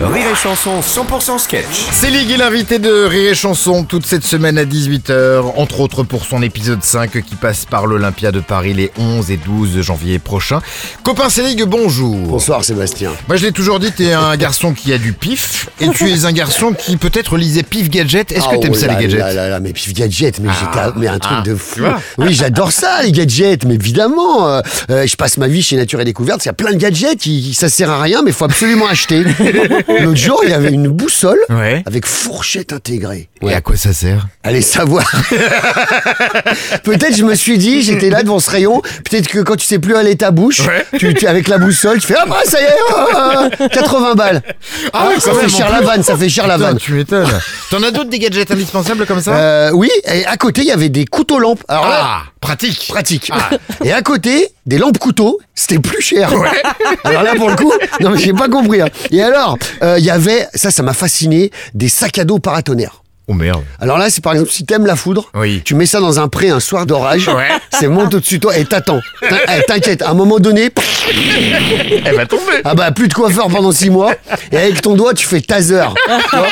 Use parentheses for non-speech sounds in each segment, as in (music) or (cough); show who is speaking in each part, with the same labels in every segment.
Speaker 1: Rire et Chanson 100% sketch.
Speaker 2: C'est Ligue est l'invité de Rire et Chanson toute cette semaine à 18h, entre autres pour son épisode 5 qui passe par l'Olympia de Paris les 11 et 12 janvier prochains. Copain C'est Ligue, bonjour.
Speaker 3: Bonsoir Sébastien.
Speaker 2: Moi je l'ai toujours dit, t'es un garçon qui a du pif et tu es un garçon qui peut-être lisait Pif Gadget. Est-ce que
Speaker 3: Ah,
Speaker 2: t'aimes
Speaker 3: oh
Speaker 2: ça les
Speaker 3: là
Speaker 2: gadgets
Speaker 3: là là là, mais puis gadgets, mais, j'étais à- mais un truc
Speaker 2: ah,
Speaker 3: de fou.
Speaker 2: vois
Speaker 3: Oui, j'adore ça, les gadgets, mais évidemment. euh, euh, je passe ma vie chez Nature et Découverte, il y a plein de gadgets, qui, qui- ça sert à rien, mais faut
Speaker 2: (laughs)
Speaker 3: absolument acheter. L'autre jour, il y avait une boussole
Speaker 2: Ouais.
Speaker 3: avec fourchette intégrée.
Speaker 2: Et à quoi ça sert (laughs)
Speaker 3: Allez savoir. peut-être je me suis dit, j'étais là devant ce rayon, peut-être que quand tu sais plus où aller ta bouche, tu, tu- avec la boussole, tu fais ah bah ça y est, ah, ah, 80 balles.
Speaker 2: Ah oui,
Speaker 3: ça
Speaker 2: quand même,
Speaker 3: fait
Speaker 2: en
Speaker 3: cher la
Speaker 2: plus.
Speaker 3: vanne, ça fait cher la
Speaker 2: Putain,
Speaker 3: vanne.
Speaker 2: Tu
Speaker 3: (laughs)
Speaker 2: m'étonnes. T'en as d'autres des gadgets indispensables comme ça
Speaker 3: Euh, oui, et à côté, il y avait des couteaux lampes. Alors là,
Speaker 2: Hein Ah, pratique.
Speaker 3: pratique. Et à côté, des lampes couteaux, c'était plus cher. Alors là, pour le coup, non mais j'ai pas compris. hein. Et alors, euh, il y avait, ça, ça m'a fasciné, des sacs à dos paratonnerres.
Speaker 2: Oh merde.
Speaker 3: Alors là, c'est par exemple, si t'aimes la foudre,
Speaker 2: Oui.
Speaker 3: tu mets ça dans un pré un soir d'orage,
Speaker 2: Ouais.
Speaker 3: c'est monte au-dessus de toi et t'attends. T'in- eh, T'inquiète, à un moment donné, pff,
Speaker 2: Elle va tomber.
Speaker 3: ah bah plus de coiffeur pendant six mois, et avec ton doigt, tu fais taser. Tu vois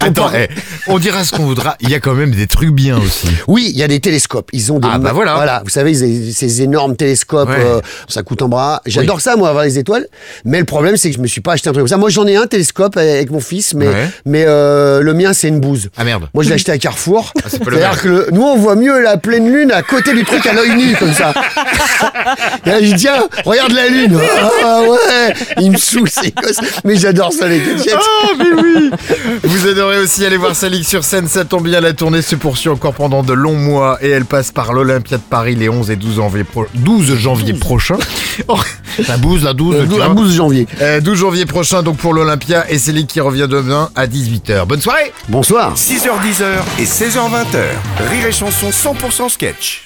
Speaker 2: Attends, eh, on dira ce qu'on voudra. Il y a quand même des trucs bien aussi.
Speaker 3: Oui, il y a des télescopes. Ils ont des
Speaker 2: Ah, bah
Speaker 3: ma-
Speaker 2: voilà.
Speaker 3: Vous savez, ils ont ces énormes télescopes,
Speaker 2: Ouais.
Speaker 3: euh, ça coûte un bras. J'adore ça, moi, avoir les étoiles. Mais le problème, c'est que je me suis pas acheté un truc comme ça. Moi, j'en ai un télescope avec mon fils, mais
Speaker 2: Ouais.
Speaker 3: mais euh, le mien, c'est une bouse.
Speaker 2: Ah, merde. Ah,
Speaker 3: Moi, je l'ai acheté à Carrefour.
Speaker 2: c'est pas le même.
Speaker 3: C'est-à-dire que le- nous, on voit mieux la pleine lune à côté du truc à l'œil nu,
Speaker 2: (laughs)
Speaker 3: comme ça. Et là, je dis, tiens, regarde la lune. Ah ouais, il me saoule, ces gosses. Mais j'adore ça, les gadgets.
Speaker 2: Ah, mais oui Vous adorez aussi aller voir Salik sur scène, ça tombe bien, la tournée se poursuit encore pendant de longs mois et elle passe par l'Olympia de Paris les 11 et 12 janvier, pro- 12 janvier prochains. Oh, la bouse, la 12, tu
Speaker 3: La
Speaker 2: vois.
Speaker 3: bouse janvier.
Speaker 2: Euh, 12 janvier prochain donc pour l'Olympia et Salik qui revient demain à 18h. Bonne soirée
Speaker 3: Bonsoir.
Speaker 1: 6h10 et 16h20. Rire et Chanson 100% sketch.